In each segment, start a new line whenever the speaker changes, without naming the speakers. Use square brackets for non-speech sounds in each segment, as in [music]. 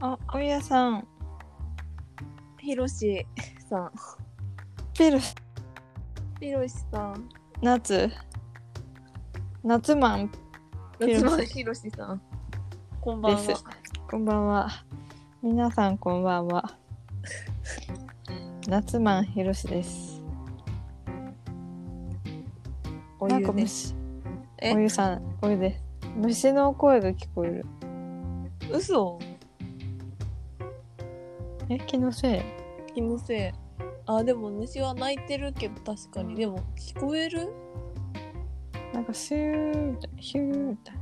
あ、おやさん、
ひろしさん。
ピル、
ひろしさん。
夏、夏マン、ひろし
夏前ひろしさん。こんばんは
で。すこんばんは。皆さん、こんばんは。 [laughs] 夏マンひろしです。
お
なん
湯
か
で
虫、
え
お湯さん、お湯です。虫の声が聞こえる。
嘘
え、気のせい。
気のせい。あ、でも虫は鳴いてるけど確かに。でも聞こえる
なんかシューみたい、ヒューみたい。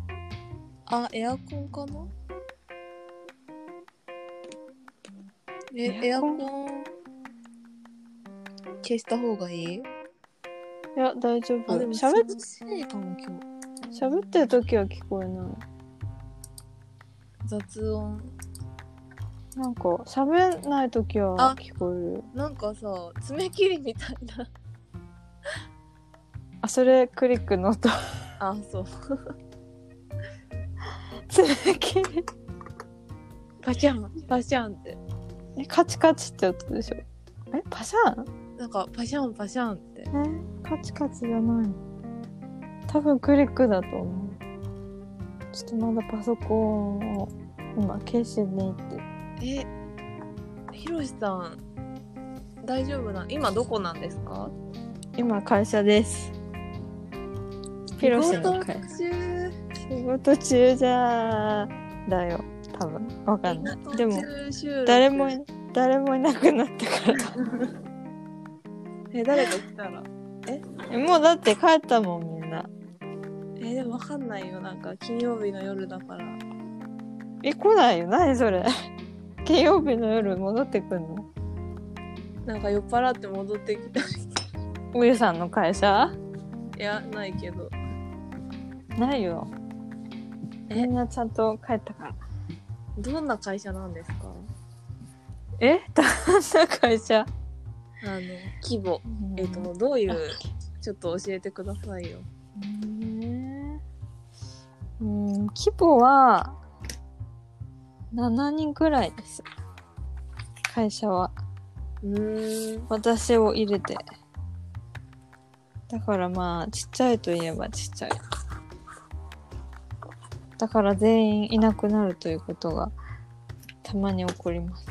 あ、エアコンかなえ、
エ
エ
ア
ア
コ
コ
ン
ン消した方がいい
いや、大丈夫。
あ、でも
喋っ
気のせいかも今日。
喋ってる時は聞こえない。
雑音。
なんか、喋んない時は
あ
聞こえる。
なんかさ、爪切りみたいな。
あ、それ、クリックの音。
あ、そう。
爪切り。
パシャン、パシャンって。
え、 [laughs] カチカチって音でしょ。え、パシャン
なんかパシャンパシャンって。
え、カチカチじゃないの。多分クリックだと思う。ちょっとまだパソコンを今消しに行って。
え、ひろしさん、大丈夫な今どこなんですか
今会社です。ひろしの会
仕事中
仕事中じゃだよ多分わかんな
仕
い
事
でも
中収録
誰も誰もいなくなったか
え、誰か来たら。
らもうだって帰ったもんみんな
え、でもわかんないよ。なんか金曜日の夜だから。
え来ないよ何そ [laughs] れ金曜日の夜戻ってくんの
なんか酔っ払って戻ってきた。い [laughs]
ウユさんの会社
や、ないけど。
ないよみ
え
んなちゃんと帰ったから
どんな会社なんですか
え [laughs] どんな会社
あの、規模。えっ、と、どういう、ちょっと教えてくださいよ。
ねえうん規模は7人くらいです会社は
うーん。
私を入れてだからまあちっちゃいといえばちっちゃいだから全員いなくなるということがたまに起こります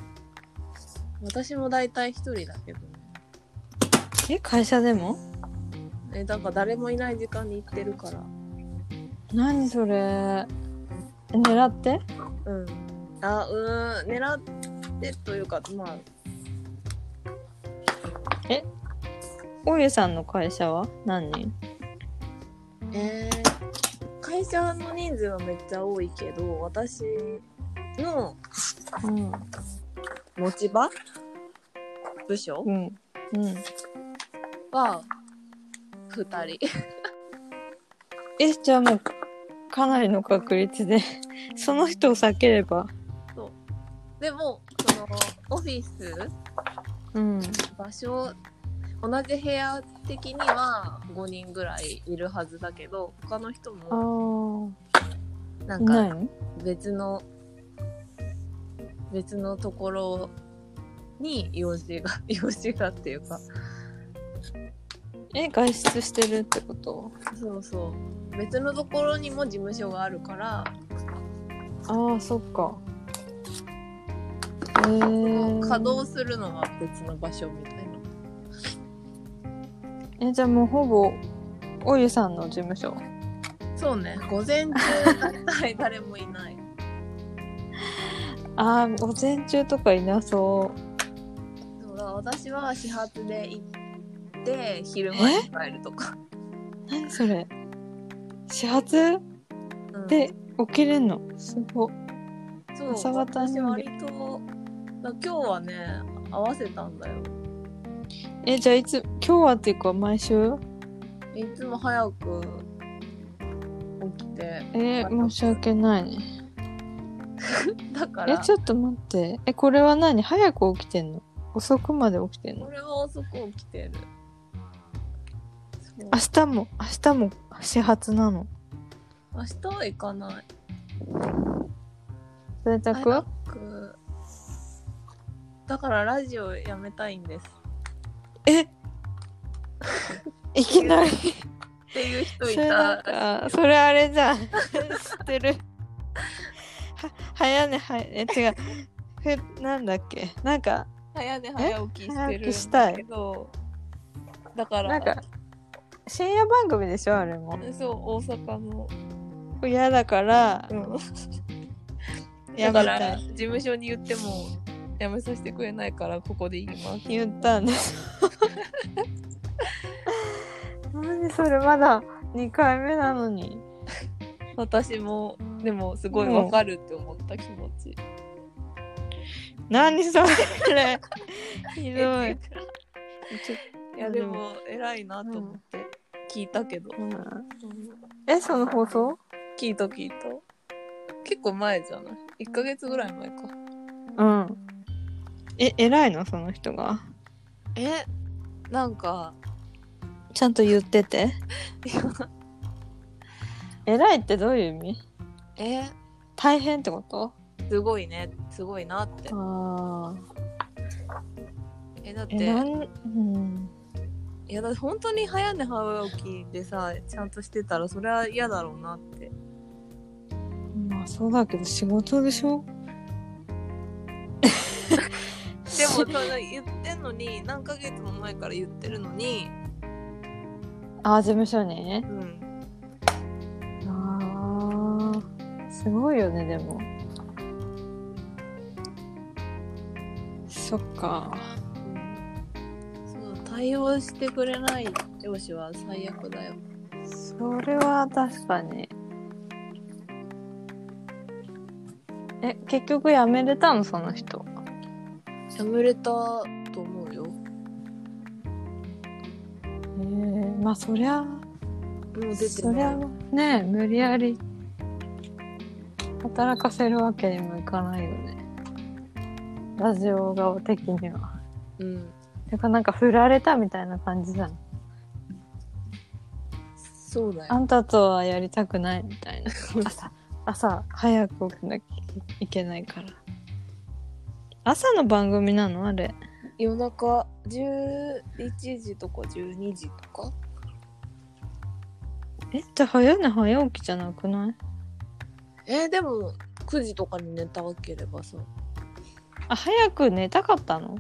私も大体一人だけどね。
え会社でも
え、なんか誰もいない時間に行ってるから。
何それえ狙って
うん。あ、うーん。狙ってというか、まあ、
おゆさんの会社は何人
えー会社の人数はめっちゃ多いけど、私の
うん
持ち場部署
うんうん
は2人。
えじゃあもうかなりの確率で [laughs] その人を避ければ
でも、その、オフィス、
うん
場所、同じ部屋的には5人ぐらいいるはずだけど、他の人
あ
も、
ー
なん
い
か、
ないの
別の別のところに用事が [laughs] 用事がっていうか
え外出してるってこと
そうそう別のところにも事務所があるから、
ああそっかえ
稼
ー、
働するのは別の場所みたいな
えじゃあもうほぼおゆさんの事務所
そうね午前中だったら誰 [laughs] もいない
ああ午前中とかいなそ
そうだから私は始発で行って昼間に帰るとか、
う何それ始発
うん
で起きれんのすご
そう
朝方に
私割とだから今日はね合わせたんだよ
えじゃあいつ今日はっていうか毎週
いつも早く起きて
えー、申し訳ないね
だか
え
ら、
ちょっと待ってえこれは何早く起きてんの遅くまで起きてんの
俺は遅く起きてる。そう
明日も明日も始発なの
明日は行かない。
在宅は
あくだからラジオやめたいんです
えいきなり
っていう人い
それなん
た
かそれあれじゃん知ってるは早寝早寝違うふなんだっけなんか
早寝早起きして
早
る
起き
ん
した
だ
い
けどだから
なんか深夜番組でしょあれも
そう大阪の、
嫌だからや
だ
めた
から
い
事務所に言ってもやめさせてくれないからここで言います
言ったんです [laughs] 何それまだ2回目なのに
私もでもすごいわかるって思った気持ち、
何それひど
え
い
[laughs] ってうか
ちょ
いやでも偉いなと思って聞いたけど、
うんえその放送
聞いた聞いた結構前じゃない1ヶ月ぐらい前か
うんえ偉いのその人が
えなんか
ちゃんと言ってて偉いってどういう意味
え
大変ってこと
すごいねすごいなって
ああ
えだって
えなんうん
いやだって本当に早寝早起きでさちゃんとしてたらそれは嫌だろうなって
まあそうだけど仕事でし [laughs] ょ
でもそれ言ってんの [laughs] に何ヶ月も前から言ってるのに
ああ事務所に
うん
ああすごいよねでもそっか
そう対応してくれない上司は最悪だよ
それは確かにえ結局辞めれたのその人
やめれたと思うよ
えー、まあそりゃ
もう出て
そりゃ
ない
ね無理やり働かせるわけにもいかないよねラジオ顔的には
うん
てかなんか振られたみたいな感じじゃん
そうだよ
あんたとはやりたくないみたいな朝朝早く起きなきゃいけないから朝の番組なのあれ
夜中11時とか12時とか
えじゃあ早寝早起きじゃなくない
えーでも9時とかに寝たければさ
あ早く寝たかったの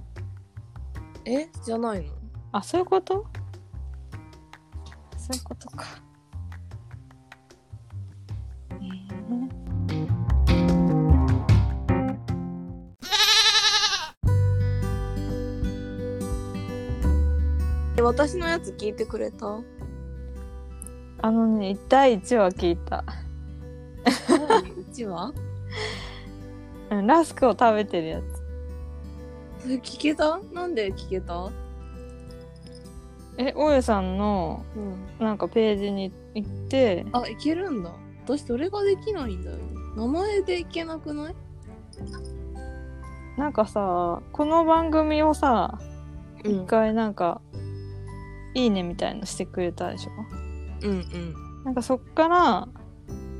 えじゃないの
あそういうことそういうことか。えー
え私のやつ聞いてくれた
あのね1対1は聞いた
うちは
うんラスクを食べてるやつ
それ聞けたなんで聞けた
え大家さんの
うん
なんかページに行って
あいけるんだ私それができないんだよ名前でいけなくない
なんかさこの番組をさ
うん
一回なんか、いいねみたいのしてくれたでしょ
うんうん
なんかそっから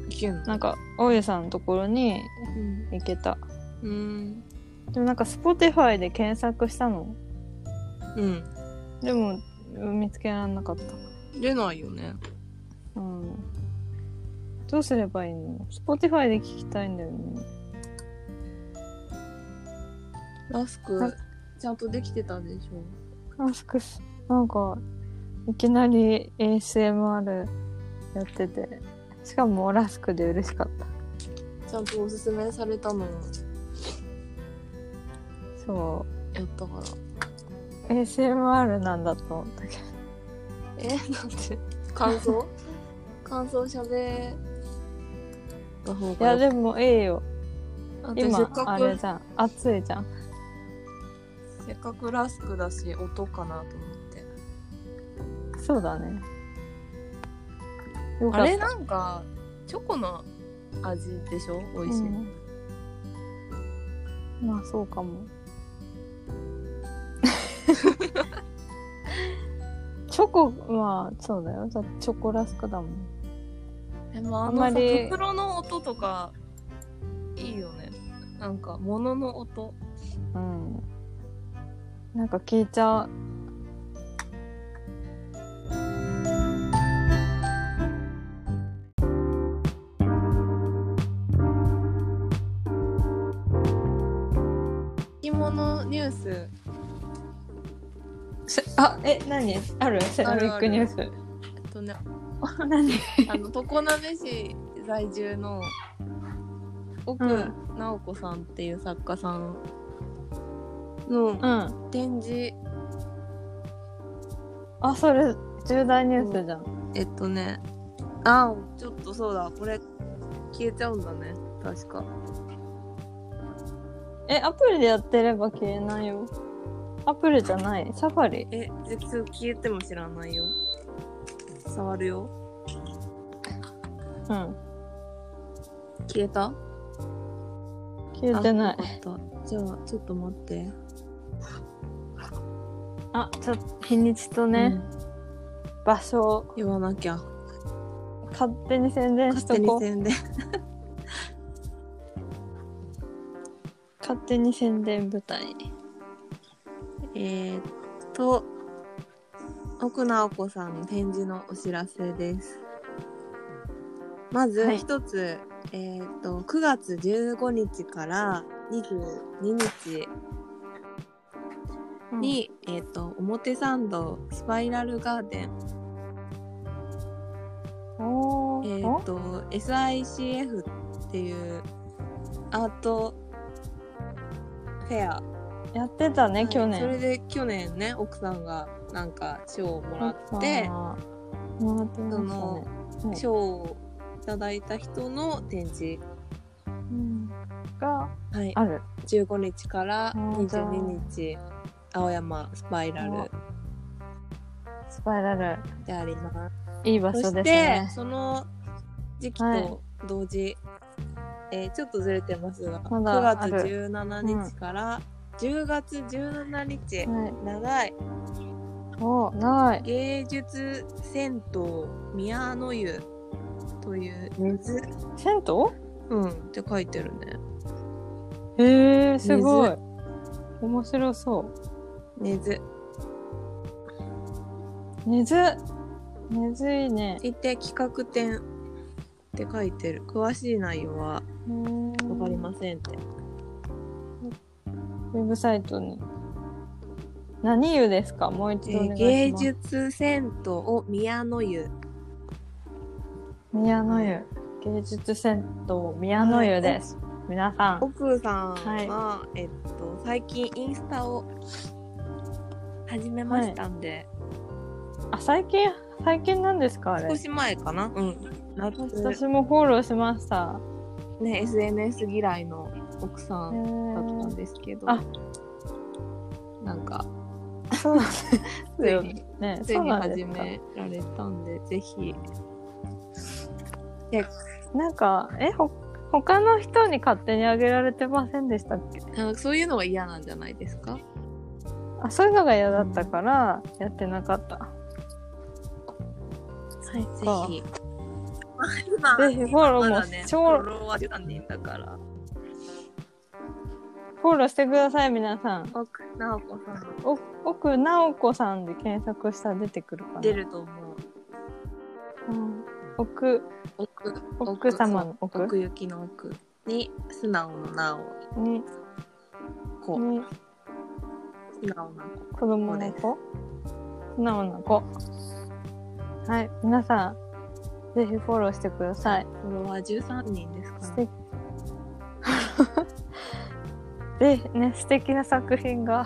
いけんの
なんか大家さんのところに
うん
行けた
うん
でもなんか Spotify で検索したの
うん
でもうん見つけられなかった
出ないよね
うんどうすればいいの ?Spotify で聞きたいんだよね
ラス
あ
クちゃんとできてたでしょ
マスクスなんかいきなり ASMR やっててしかもラスクで嬉しかった
ちゃんとおすすめされたのや
そ
ったから
う ASMR なんだと思ったけど
えなんて感想 [laughs] 感想しゃべった方
い
が
や
よ
でもええよ
あでせっ
今
か
あれ
く
じゃん暑いじゃん
せっかくラスクだし音かなと思って
そうだねよか
あ
った
れなんかチョコの味でしょ美味しい、
うんまあそうかも [laughs] チョコまあそうだよだってチョコラスクだもん
でもあ
あんま
のさ
り
袋の音とかいいよねなんか物の音
うん。なんか聞いちゃう。
着物ニュース
せあ、え、何あるセラミックニュース。
えっと [laughs] ね
[laughs] 何
あの常滑市在住の奥
うん
直子さんっていう作家さんの
うん。
展示、
あ、それ、重大ニュースじゃん。
えっとねあちょっとそうだこれ消えちゃうんだね確か
え、アプリでやってれば消えないよ。アプリじゃない。サファリ。
え実は消えても知らないよ触るよ
うん。
消えた
消えてない。
あよかったじゃあちょっと待って
あ、ちょっと、日にちとね、場所を
うん言わなきゃ
勝手に宣伝し
勝
と
手に
こう。
宣伝 [laughs]
勝手に宣伝舞台。
えー、っと奥直子さんの展示のお知らせですま
は
ず
い
一つ、えー、っと9月15日から22日に、えー、っと表参道スパイラルガーデン
うん、お
え
ー
ー、っと SICF っていうアートフェア、
おやってたね、
はい
去
それ
年。
で去年ね奥さんがなんか賞をもらって
あー、もらってまし
そ
た
の
ね。はい
賞をいただいた人の展示、
うんが
はい、
ある。
15日から
ーじゃあ
22日青山スパイラル
スパイラル。
であります。
いい場
そ
所
して
ですね。
その時期
はい
と同時、えーちょっとずれてますが、
まだあ
9
る
月17日から10月17日、
はい。
長い
おない。
芸術銭湯宮の湯という水、
銭
うん、って書いてるね。
湯へえー、すごい。面白そう。
根津
根津。根津いいね。
一定企画展って書いてる詳しい内容は
わ
分かり
す。
ませんって、
ウェブサイトに。何湯ですかもう一
え
度お願
ー
い
芸
します。
術銭湯を宮の湯
宮の湯。芸術銭湯宮の湯です。皆さん。
奥さんは、えっと最近インスタを始めましたんで、
あ、最近、最近なんですかあれ
少。し前かなうん夏
私もフォローしました。
ね SNS 嫌いの奥さ
へ
んだったん
ー
ですけど、
あ
なんか
そうなんで
[laughs]
す
つい
よ
に
ね。
つい
そう
に
なんで
始
すか。
められたんでぜひ
なんか、え、ほ、他の人に勝手にあげられてませんでしたっけ
あそういうのが嫌なんじゃないですか
あ、そういうのが嫌だったから、やってなかった。
はい、ぜ
か
ひ。ま
ぜひフォローも
まだね、フ
超
ォロワー3人だから。
フォローしてください、皆さん。
奥直子さん
お、奥直子さんで検索したら出てくるかな。
出。ると思う。
うん、奥、
奥、
奥様の
そう
奥
奥行きの奥に、素直のなお、
に、
子。
に、
素直な
子
子。
供の子素直な子。はい、皆さん、ぜひフォローしてください。
フォロワー13人ですか
素
ら。
敵で [laughs] ね素敵な作品が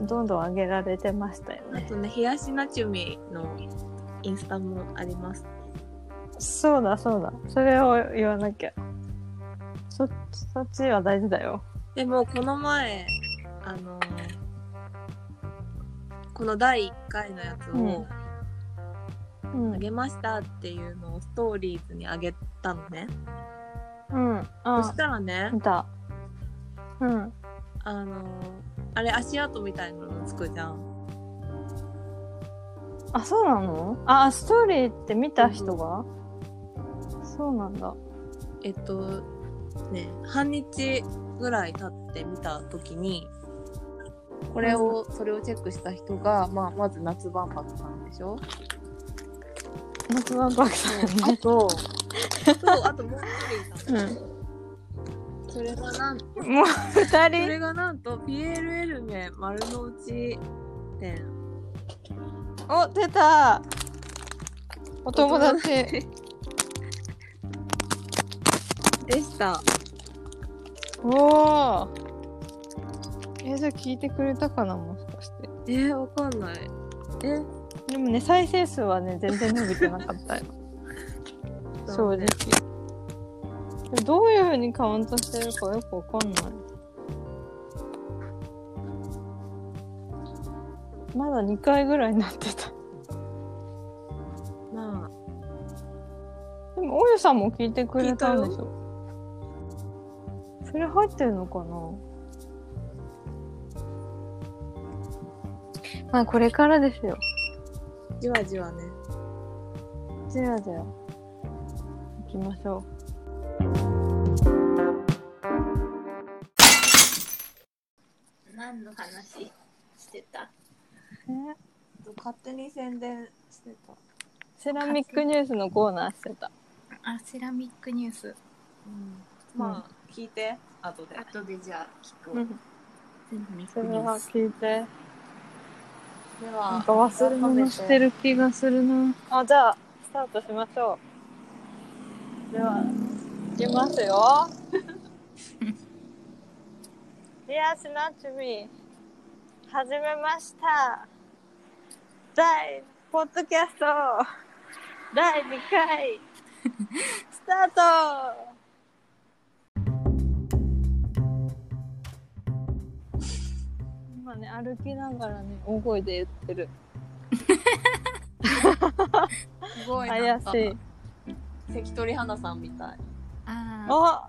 どんどん上げられてましたよ
あ
ね
とね、東なちゅみのインスタもあります。
そうだそうだそれを言わなきゃそそっちは大事だよ
でも、この前、あのーこの第1回のやつ
う
を
ん、うん、
あ
うん、
げましたっていうのをストーリーズにあげたのね。そ
あ
したらね、
見たうん
あのーあれ足跡みたいなのつくじゃん。
あそうなのあストーリーって見た人が、そうなんだ
えっと、ね、半日ぐらい経ってみた時にこれをそれをチェックした人が、まあ、まず夏万博さんでしょ
夏万博さん
あ
ね。
とそうあともう一人いたの、
うん
[laughs] それがなんそ
もう二人
れがなんとピエール・エルメ丸の内店
お出たお友達
でした
おおえじゃあ聞いてくれたかなもしかして
えー、わかんないえ
でもね再生数はね全然伸びてなか [laughs] ったよ正直でもどういうふうにカウントしてるかよくわかんないまだ2回ぐらいになってた
ま
でもおゆさんも聞いてくれたんでしょそれ入ってるのかなまあこれからですよ
あじわじわね
じゃあじゃあ行きましょ
何の話してた
う、ね
勝手に宣伝してた
セラミックニュースのコーナーしてた
あセラミックニュース
まあ、聞いて後で
後でじゃあ聞こう、
うん
セラミッ
そ
ク
れ
ニュ
は
ース
聞いて
で
なん
は
か忘れ物してる気がするなあじゃあスタートしましょうでは行きますよ [laughs] Dear Snatch Me はじめました第ポッドキャスト第2回 [laughs] スタート今ね歩きながらね大声で言ってる
すごいな
怪
ん
し
か
い
関取花さんみたい
ああ
あ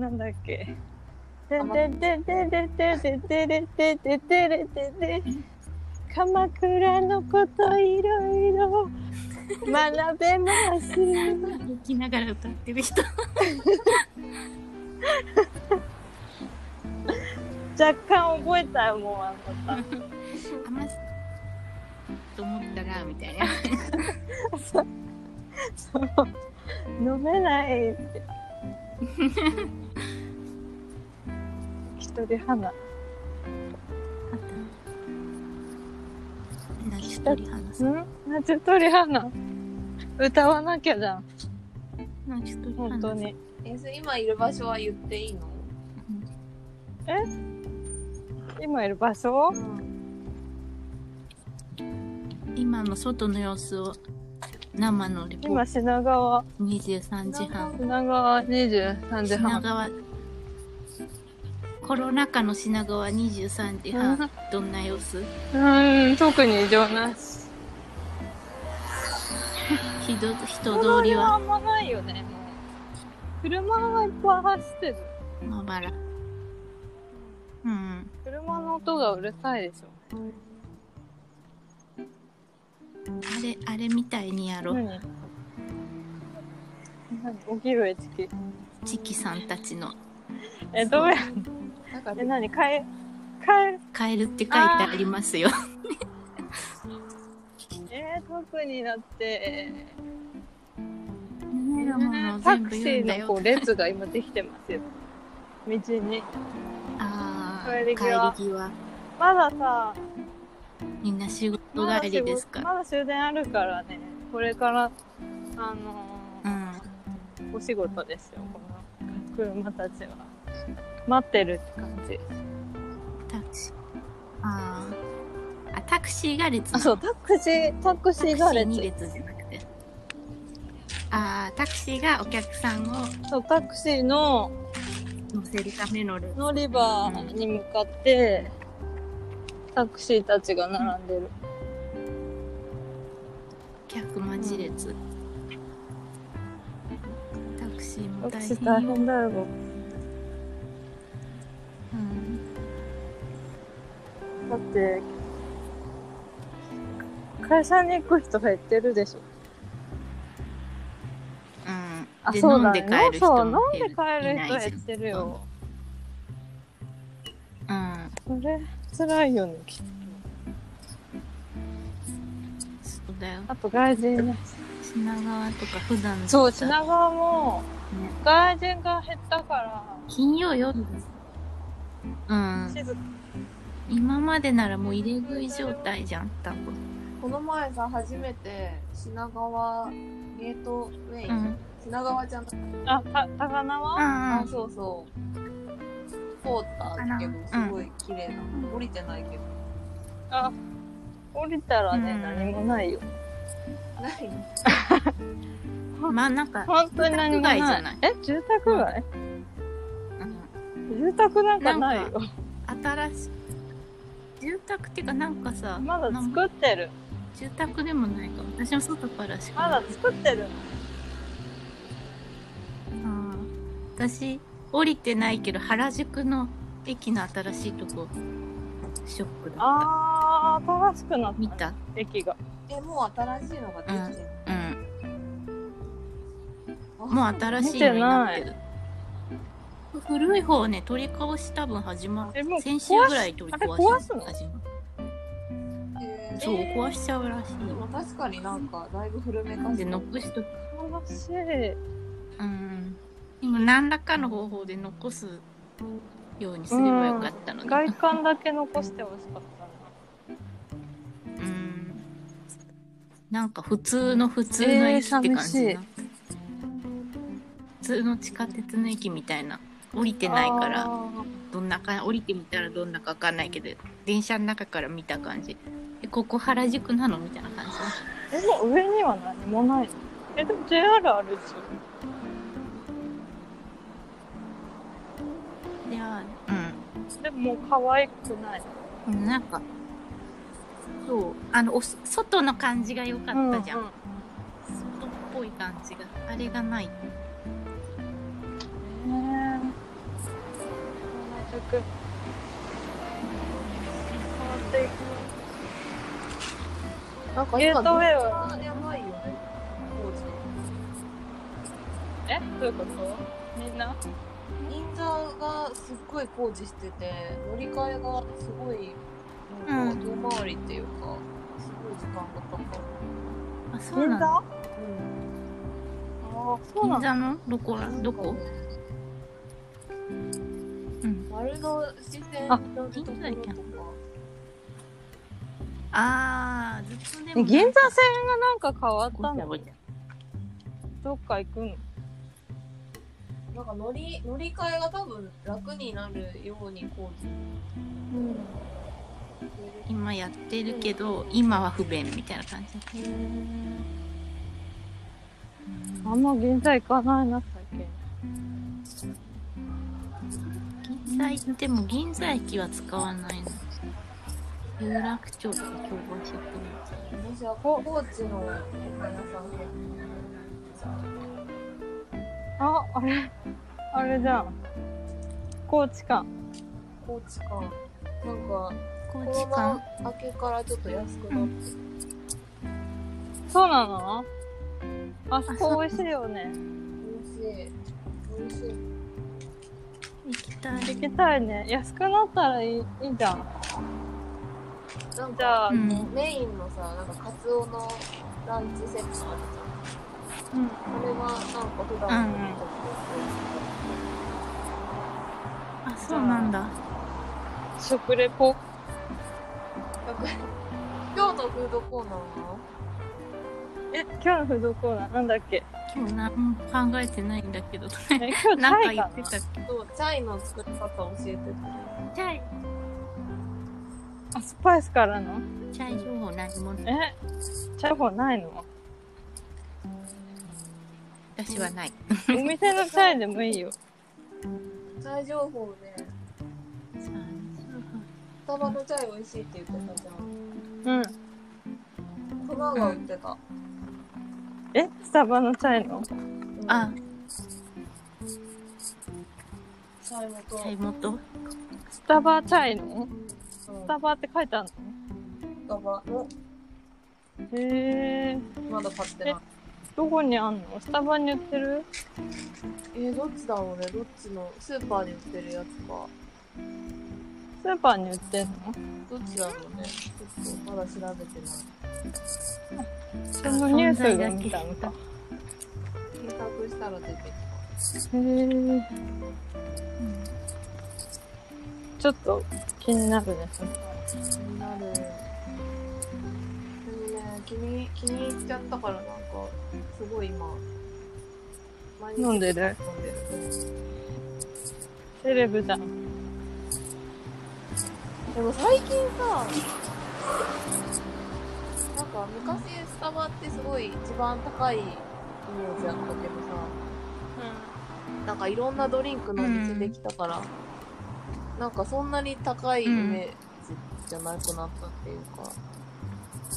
なんだっけ。ててててててててててててててて鎌倉のこといろいろ学べます。
歩きながら歌ってる人
若干覚えたよもうあの歌
あましと思ったらみたいな
その飲めないって。一人花。
な一人話す
ん？なち鳥花。歌わなきゃじゃん。
な一人話す
本当に。
えそれ今いる場所は言っていいの、
今いる場所？
今の外の様子を生のレポ
今
ー
品川。
ト23時半
品川23時
品
半。
川コロナ禍の品川23時半どんな様子
うん、特に異常なし。
人人通り
あ
は
んまないよね。車がいっぱい走ってる。
まばらうん
車の音がうるさいでしょ。
あれあれみたいにやろう、
何何起きる HK。
チキさんたちの
え、どうや、
なんか
え、何変え、変
「カエル」って書いてありますよ
え、えー、特になって、
飲めるものを
タ
全部
クシ
言うんだ
ーのこ
よ
う列が今できてますよ。道に。
ああ
帰
帰
り
り
際
際
まださ、
みんな仕
ま
事
だ
帰
仕
り
事
ですか、
まだ終電あるからね、これから、あのー
うん
お仕事ですよ、この車たちは。待ってるって感じ。
タクシーあーあタクシーが列
あ、そう、タクシー、タクシ
タクシ
ーが
ーに
列。
列じゃなくてああタクシーがお客さんを
そう、タクシーの
乗せるための列
乗り場に向かって、タクシーたちが並んでる。
客待ち列、タクシーも
タク
大変
シ
よ
ー大変だよ。
うん、
だって、会社に行く人減ってるでしょ。
うんん
あ
で
そう
飲
だ
んで
ね
帰る
そう
人
飲
も
んで帰る人
いない
やっ
じゃん
てるよ
うん
それ辛いよねきっと
そうだよ
あと外人ね
品川とか普段
そう品川も
ね
外人が減ったから
金曜夜うん
静か
今までならもう入れ食い状態じゃん多分
この前さ初めて品川ゲートウェイ、
うん
品川ちゃん
あた高
う
輪
ん
あ
うん
そうそうポーターだけどすごい綺麗な、降りてないけど
あ降りたらね、
うん
何もないよ
ない
まあなんか
本当に何もない
住宅街じゃない
え住宅街、
うん
住宅なんかないよ
なん新しい住宅っていうかなんかさ
まだ作ってる
住宅でもないか私も外からし
ま
か
だ作ってる
うん私降りてないけど原宿の駅の新しいとこショックだった
あー新しくなったね
見た
駅が
えもう新しいのができてる、
うん
あ
もう新しいのになって
見
る古い方ね取り壊し多分始ま
えもう
る先週ぐらい取り壊し
壊すあれ壊すの
始まる
えー
そう
えー
壊しちゃうらしい
でも確かになんかだいぶ古めか
なん
し
で
い
残しとく
楽しい
うんでも何らかの方法で残すようにすればよかったのに
外観だけ残してほしかったな
うんなんか普通の普通の駅って感じ
えー
な、普通の地下鉄の駅みたいな降りてないからどんなか降りてみたらどんなかわかんないけど電車の中から見た感じえここ原宿なのみたいな感じ
えでも上には何もないのえでも JR あるでしょ
いや
でももう可愛くない
うんなんかそうあのお外の感じが良かったじゃん、
うんうん
外っぽい感じがあれがない
ねえ原宿変わっていく
なんか
ゲートウェイは
あやばいよね
えどう
工事
いうことみんな
銀座がすっごい工事してて乗り換えがすごいなんか遠回りっていうか、すごい時間がかかる
あそう
銀
な
座
の
ああそうなんだ
銀座のどこらどこうん
丸の自転
あ
のとこ
銀座行け
ろ
ん
とか
あーずっとでも
銀座線がなんか変わった
ごちゃ
の
ごちゃ
どっか行くの
なんか乗り乗り換えが多分楽になるように工事して
今やってるけど今は不便みたいな感じだ
る、
あんま銀座行かないな最近
銀座行っても銀座駅は使わないの有楽町とか競合しちゃって
私は高知のお花さん
ああれあれじゃん高知か
高知かなんか
る
コ
高知
ロナ
か
明けからちょっと安くなって、
そうなのあそこ美味しいよね
美味しい美味しい
行きたい
行きたいね安くなったらいいいいじゃん
なん
じ
か
ゃあ、
うん
メインのさなんかカツオのランチセットあるじゃんあれはなんか普段のと
あそうなんだ
食レポ
京都フードコーナーは
え今日のフードコーナーなんだっけ
今日何も考えてないんだ
[laughs]
けど
え今日
なん
タ
か
イ
言
か
って
な
たっけ
そうチャイの作り方教えてくれる
チャイ
あスパイスからの
チャイ情報何もない
えチャイホない
[laughs]
の
私はない
お店のチャイでもいいよ
チャイ情報ねスタバのチャイ美味しいって言ってたじ
うん
ゃん粉が売ってた、
えスタバのチャイの
うん
あ
チャイもと
チャイ元
スタバチャイの
ス
スタバって書いてある
タバの
のへえ
まだ買ってない
どこにあんのスタバに売ってる
えー、どっちだろうねどっちのスーパーに売ってるやつか
スーパーに売ってんの
どっちだろうねちょっとまだ調べてない
そのニュースで見たのか。
検索したら出てき
へーちょっと気になるね。
た気になるでもね気に気に入っちゃったからなんかすごい今毎日
飲んでる
飲んでる
セレブじゃん。
でも最近さなんか昔スタバってすごい一番高いイメージだったけどさなんかいろんなドリンクの店できたから、なんかそんなに高いイメージじゃなくなったっていうか、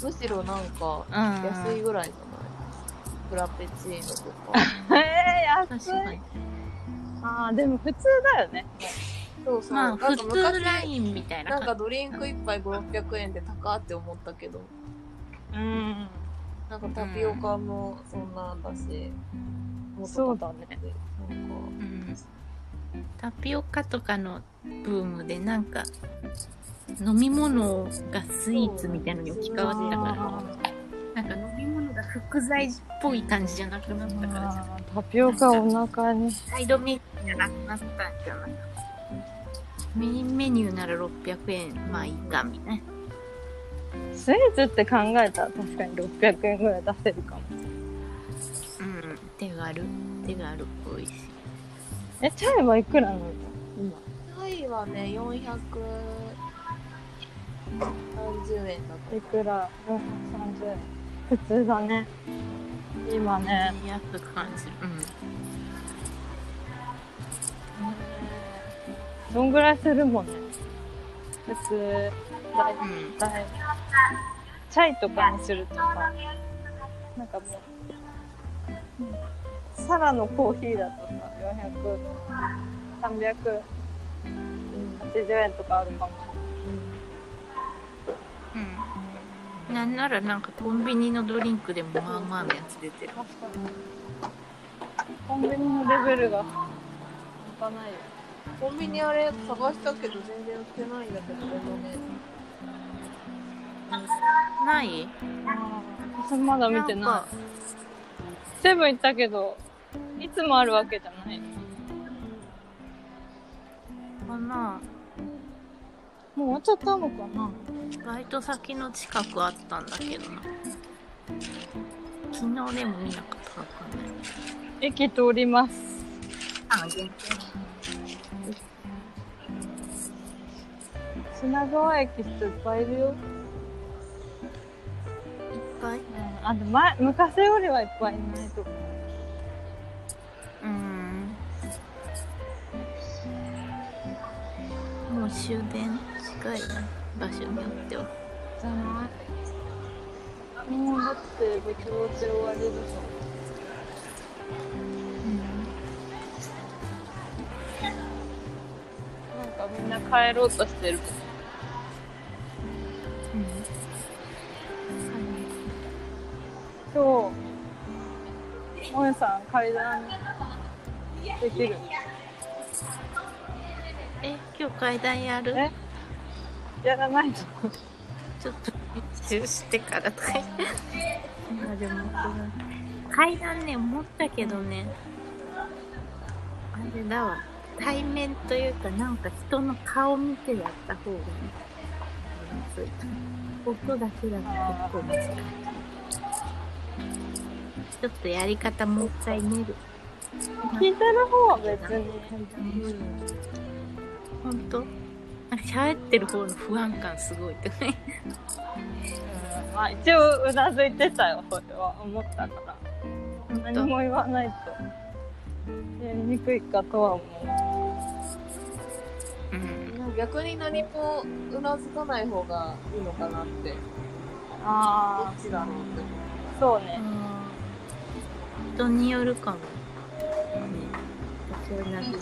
むしろなんか
うん
安いぐらいじゃない、フラペチーノとか
えー、
確
安
か
い。
に
ああ、でも普通だよね。
そうそう、
まあ
な
普
んか
通
昔
ラインみたいな
なんか
感
ドリンク1杯500円で高って思ったけど
うん。
なんかタピオカもそんなんだし、もっと
そうだね。
なんか
じ、うん、タピオカとかのブームでなんか飲み物がスイーツみたいなのに置き換わってたからなんか飲み物が副菜っぽい感じじゃなくなったからさ
あータピオカお腹に。
サイドメニューじゃなくなったんじゃないメインメニューなら600円まあいいかみたいな
スイーツって考えたら確かに600円ぐらい出せるかも。
うん手軽手軽美味しい
え、チャイはいくらなの今。
タイはね430円だった
いくら ?430 円。普通だね。今ね。
安く感じる
どんぐらいするもんね。普通、だい
うん、うん、
だいチャイとかにするとか、なんかもう、サラのコーヒーだとさ、400、380円とかあるかも。
うん、なんならなんかコンビニのドリンクでもまあまあのやつ出てる
確かに。コンビニのレベルが、半端ないよ。
コンビニあれ探したけど全然売ってないんだけどでもね
ない
私もまだ見て
なん
な
か
い。セブン行ったけど、いつもあるわけじゃない。
かな
もう終わっちゃったのかな
バイト先の近くあったんだけどな昨日でも見なかったかわかんない
駅通ります。
あ限定
品川駅人いっぱいいるよ。
いっぱい
あでも前昔よりはいっぱいいないと思う
うんもう終電近いな場所によっては
じゃないもうだって部長で終わりでしょなんかみんな帰ろうとしてる今日もえさん階段できる
え今日階段やる
えやらないと
ちょっと練習してからとか言ってまあでも階段ね思ったけどねあれだわ対面というかなんか人の顔見てやった方がいいつい音だけだと結構難しいちょっとやり方もう一回練る
聞いてる方は別に
本当喋ってる方の不安感す [laughs] ごいとかね
うんまあ一応うなずいてたよそれは思ったから何も言わないとやりにくいかとは思
うん
なんか逆に何もうなずかない方がいいのかなって
う
ど
あ
っちだろうって思
あそうね
人によるかも。ね、私はなんか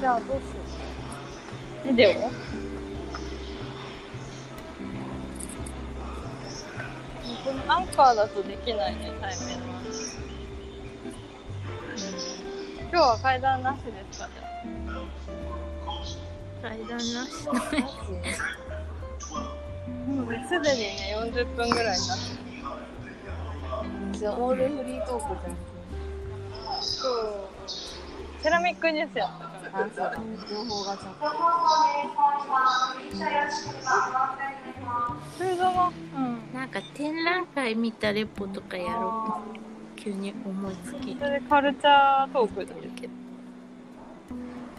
じゃあどうするビデオでもアンカーだとできないね、対面は。今日は階段なしですかね。
階段なし。
もうすでにね、40分ぐらいになってる。
じゃあオールフリートークじゃん。
セラミックニュースやったから。
あ、そうだ。情報がちゃんと。
それがも、うん。
なんか展覧会見たレポとかやろう。急に思いつき。
それでカルチャートークだけど。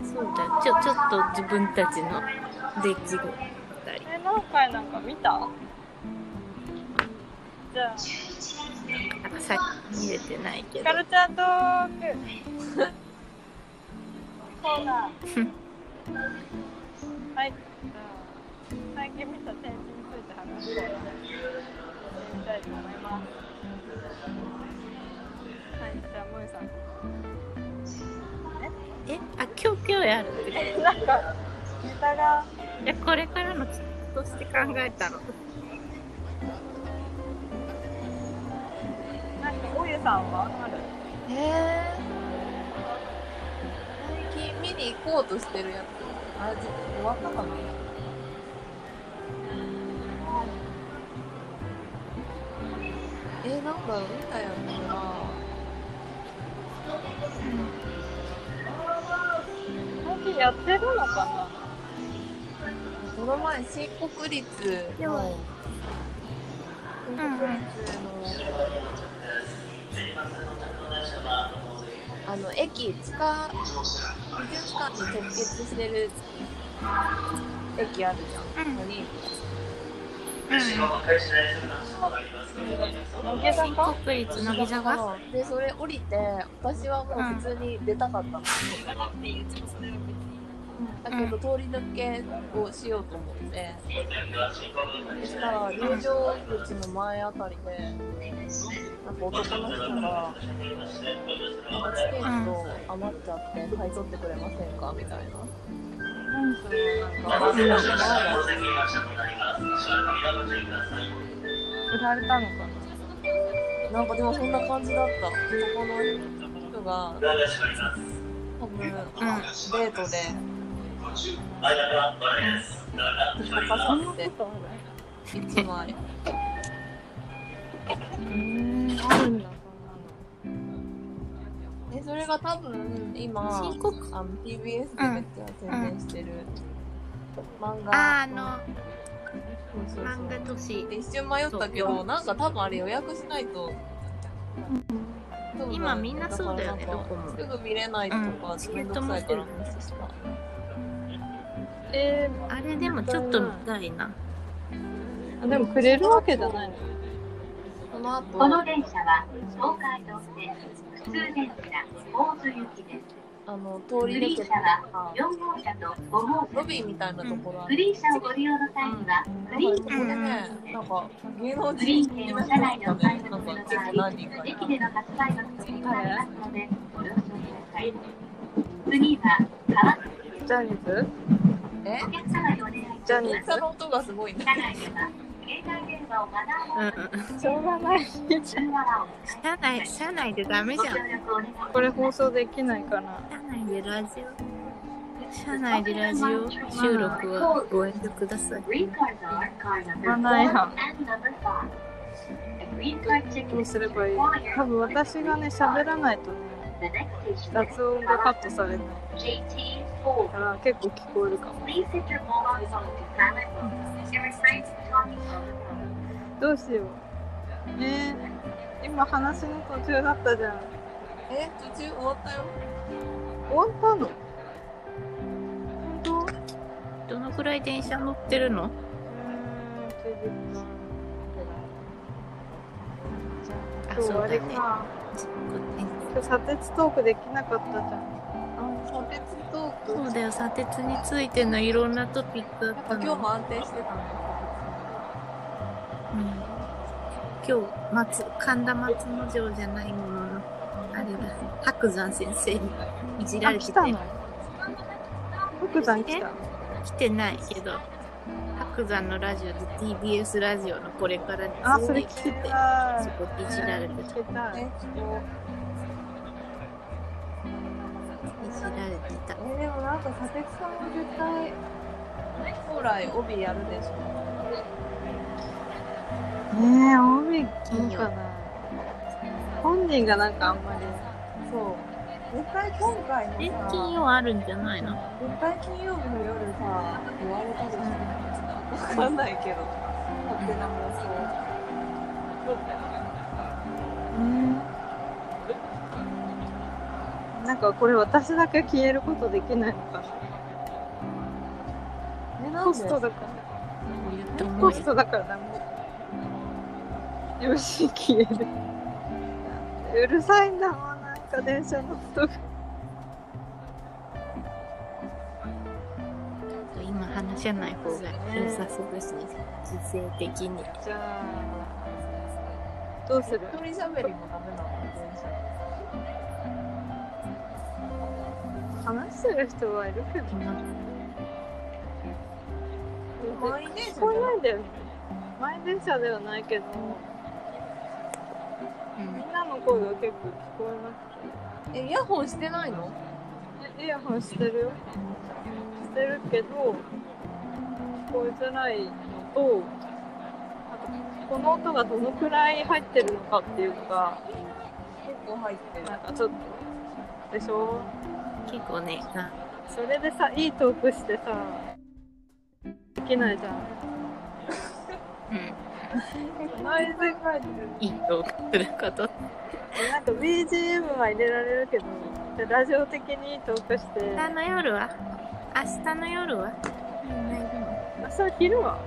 そうだよ。ちょ、ちょっと自分たちのデッキを。
え、何回なんか見たじゃあ、
なんかさっき見れてないけど
カ。ルチャートーク。コーナー。はい。じゃあ最近見た展示について話してみたいと思います。はい、じゃあ、もえさん。
え、あ、今日今日やるってこ
なんか、ネタが、
と。いや、これからのきっとして考えたの。
なんか、おゆさんはある
へえ。最近見に行こうとしてるやつ。あ、じ終わったかな。え、なんだろう見たよな。
最近やってるのか
この前新国立の新国立の、あの駅地下美術館に直結してる駅あるじゃん、ここに
な乃木
新
坂
国立乃木坂。
でそれ降りて私はもう普通に出たかったの、だけど通り抜けをしようと思って、そしたら入場口の前あたりでなんか男の人がなんかチケット余っちゃって買い取ってくれませんかみたいな。なんかなんか
売られたのかな
なんかでもそんな感じだった男の人が多分、デートで引っかかって1枚
うん、あるんだ、
えそれが多分今
新国
あの TBS でめっちゃ宣伝してる、漫画
あー、あ
そうそうそ
の、
う
漫画都市。
で一瞬迷ったけどなんか多分あれ予約しないと、
今みんなそうだよね
だから
どこも
すぐ見れないとか、
うん
めんどくさいからミスした
それ。え
あれでもちょっと見たいな。
ー、でもくれるわけじゃないの
その後
この電車は東海道線普通電車大津行きです。
あの通
フ
り
リ
抜
ー
け
車
た
は4号車と5号
ロ
車。
ビーみたいなところあ
フ
る、
リー車をご利用の際にはフリー
ここ
車
で
が
ね、なんか芸能
フリ
人
ー券を車内でお買い
なん
物
か
す
結
る場
構
合、
何人かい
駅での発売物と異なりますので、ご了承ください。次は川崎
ジャニーズ
え
お客様にお願いし
ジャニ
ま
ー
電
す。
車の音がすごいね
車内では携帯電話をマナーモード
うん。
しょうがない。
に通話はお使い
車内、車内でダメ
ご
じゃ
協
ん。
力お願いします。
これ放送できないかな。
車内でラジオ。車内でラジオ収録はご遠慮ください。
Green cards are car number
One
four
I have.
and number five. A green card ticket
どう
is
すればいい
required.
多分私がね、喋らないとね、
The next station
雑音がカットされない
is JT4.
から結構聞こえるかも。
Please set your mobile phone to silent mode and refrain from talking over the phone.
どうしよう。ねえ今話の途中だったじゃん。
え途中終わったよ
終わったの
本当どのくらい電車乗ってるの
今日終わり
あそうだね
か。今日砂鉄トークできなかったじゃん。
あ砂鉄トーク
そうだよ、砂鉄についてのいろんなトピックあ
な
っ
ん
た
か
の。
今日も安定してたね
うん今日、松、神田松之丞じゃないものの、あれだ、白山先生にいじら
あ、
れて
来
て、
たの。福さん来た。
来てないけど、白白山のラジオと TBS ラジオのこれからに
あ、それ聞きたい。
そこいじられて
聞
た。
けたい。
ね、こ
いじられてた。
うえでもなんか佐々木さんも絶対将来帯やるでしょ
ねえ、帯
金
金
曜
かな。本人がなんかあんまり。
そう絶対今回
え
の、
金
さ
曜あるんじゃないの
絶対金曜日の夜さ言われたでしょわかんないけど勝手な妄想
うん。なんかこれ私だけ消えることできないのか。
え
コストだから。
言っても
コ
い
ストだからダメ。よし、消える。うるさいんだもん、なんか電車の音が。
今話さない方が良さそうですね。時勢的に。
じゃあ、どうする
一人喋りもダメなの電車
話してる人はいるけど。
満員電車じ
聞
ゃ
こ
ない
えないんだよね。満員電車ではないけど、みんなの声が結構聞こえなくて。
えイヤホンしてないの
えイヤホンしてるよしてるけど聞こえづらいのとあとこの音がどのくらい入ってるのかっていうか
結構入ってる
なんかちょっとでしょ
結構ね、な
それでさいいトークしてさできないじゃん
うん、
ノイズが入ってる
いいとすること。
なんか BGM は入れられるけどでラジオ的にいいトークして
明日の夜は明日の夜は
明日は昼は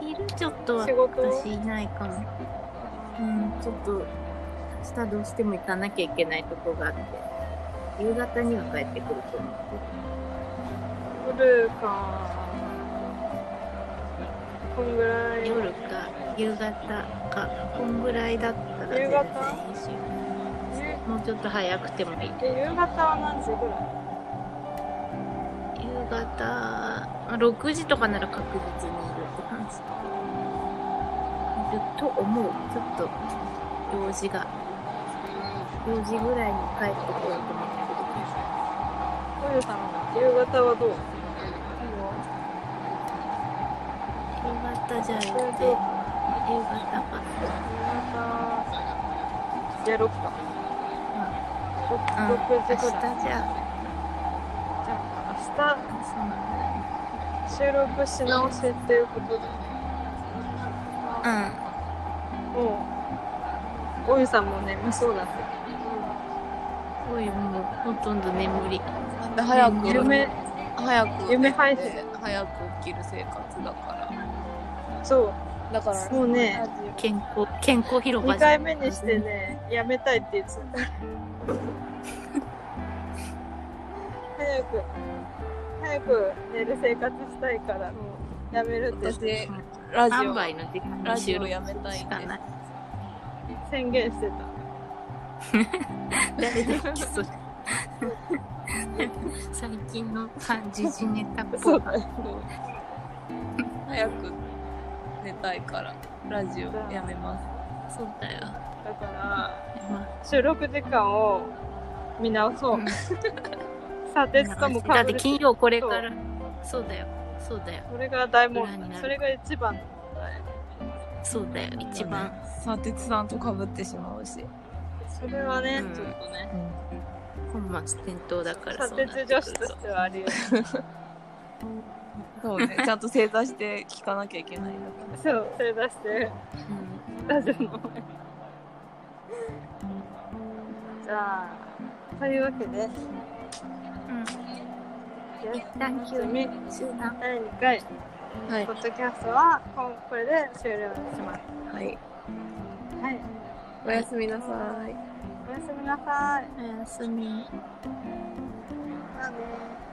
昼ちょっとは
仕事
私いないかも。うん、ちょっと明日どうしても行かなきゃいけないとこがあって、夕方には帰ってくると思
夜かこんぐら
う。
い
夜か夕方か、こんぐらいだったら全然いいし
夕
もうちょっと早くてもいい。
え夕方は何時ぐらい
夕方6時とかなら確実にいるって感じと思うちょっと用事が4時ぐらいに帰ってこようと思
トヨ
って
さんは夕方はどう夕
る夕方じゃあ行って夕
方
方か
やろっか
うん明
6時
日
ぐらい
じゃ
じゃ
あそうなんだ
あ明日収録し直しっていうことでもうおゆさんも眠そうだね
うんおいもうほとんど眠り
なんで早く
夢
早く
夢配信
早く起きる生活だか
そう
らだから
そうね
ラジオ
健康健康広場
2
じゃ
回
ん
目にしてねやめたいって言ってた早く早く寝る生活したいからもうやめるって言って
私ラジ
3
オ
倍の時間
ラ
に
ジ
収
オ
録
やめたい
し
ん
かない
で
宣言してた
誰だっけそれ最近の感じじネタっぽ
そ
いう
だね
早く寝たいからラジオやめま
そうだよ
だから
ま
収録時間を見直そう
うん
[laughs] 砂鉄とも
だ
か
っ
ぶ
て
る
金曜これからそうだよそうだよ
それが大問
裏にな
題
る
それが一番の問題
そうだよ一番
す砂鉄さんとかぶってしまうし
それはね、
うん
ちょっとね
本末転倒だから
砂
そうなって
鉄女
く
子
ると
としてはありえない
そ
[laughs]
うねちゃんと正座して聞かなきゃいけないんだから
そうそれ出してラジオの前じゃあというわけで
うん、うん、
第
第九
2
集団
回
はい
ポッドキャストは今これで終了します
はい
はい
おやすみなさい
おやすみなさい
おやすみ
まあね